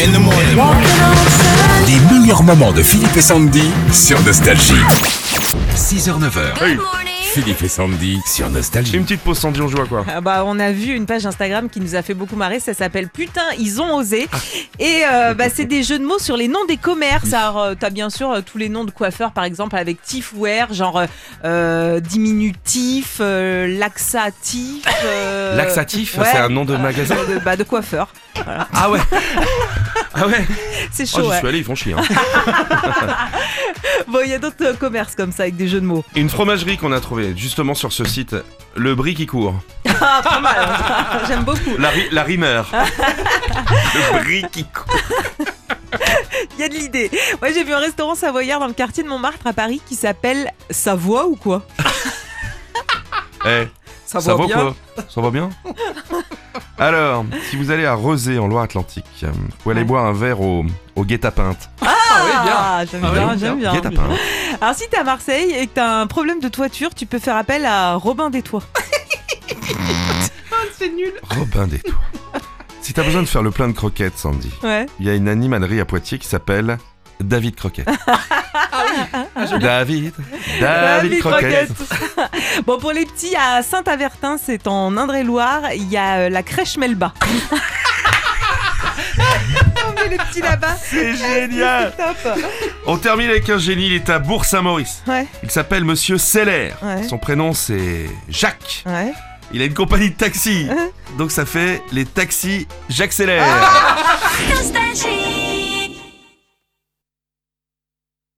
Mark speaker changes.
Speaker 1: in the morning.
Speaker 2: Les meilleurs moments de Philippe et Sandy sur Nostalgie. 6h-9h,
Speaker 3: Good morning.
Speaker 2: Philippe et Sandy sur
Speaker 4: Une
Speaker 2: Nostalgie.
Speaker 4: petite pause sans on joue à quoi
Speaker 5: Ah bah, on a vu une page Instagram qui nous a fait beaucoup marrer, ça s'appelle Putain, ils ont osé. Et euh, bah, c'est des jeux de mots sur les noms des commerces. Alors, euh, t'as bien sûr euh, tous les noms de coiffeurs, par exemple, avec tifware, genre euh, euh, diminutif, euh, laxatif. euh,
Speaker 4: Laxatif,
Speaker 5: ouais,
Speaker 4: c'est un nom de magasin.
Speaker 5: de, bah, de coiffeur.
Speaker 4: Ah ouais Ah ouais
Speaker 5: C'est
Speaker 4: Oh,
Speaker 5: chaud,
Speaker 4: j'y
Speaker 5: ouais.
Speaker 4: suis allé, ils font chier. hein.
Speaker 5: Bon, il y a d'autres euh, commerces comme ça avec des jeux de mots.
Speaker 4: Une fromagerie qu'on a trouvée justement sur ce site. Le brie qui court.
Speaker 5: Ah, pas mal. hein. J'aime beaucoup.
Speaker 4: La, ri- la rimeur. Le brie qui court.
Speaker 5: Il y a de l'idée. Moi, j'ai vu un restaurant savoyard dans le quartier de Montmartre à Paris qui s'appelle Savoie ou quoi
Speaker 4: Eh, ça, vaut quoi Ça va bien Alors, si vous allez à Rezé en Loire-Atlantique, euh, vous pouvez aller
Speaker 5: Ouais.
Speaker 4: boire un verre au, au guet-apins.
Speaker 5: Ah, j'aime bien, j'aime bien.
Speaker 4: Guet-apins.
Speaker 5: Alors si t'es à Marseille et que t'as un problème de toiture, tu peux faire appel à Robin des Toits. c'est nul.
Speaker 4: Robin des Tours. Si t'as besoin de faire le plein de croquettes, Sandy,
Speaker 5: Ouais.
Speaker 4: il y a une animalerie à Poitiers qui s'appelle David Croquette. Ah David, David,
Speaker 5: David
Speaker 4: Croquette.
Speaker 5: Croquette. bon pour les petits à Saint-Avertin, c'est en Indre-et-Loire, il y a euh, la crèche Melba. On met les petits là-bas.
Speaker 4: C'est génial
Speaker 5: Top.
Speaker 4: On termine avec un génie, il est à Bourg-Saint-Maurice.
Speaker 5: Ouais.
Speaker 4: Il s'appelle Monsieur Seller.
Speaker 5: Ouais.
Speaker 4: Son prénom c'est Jacques.
Speaker 5: Ouais.
Speaker 4: Il a une compagnie de taxi.
Speaker 5: Hein
Speaker 4: Ah Donc ça fait les taxis Jacques Seller.
Speaker 3: Nostalgie.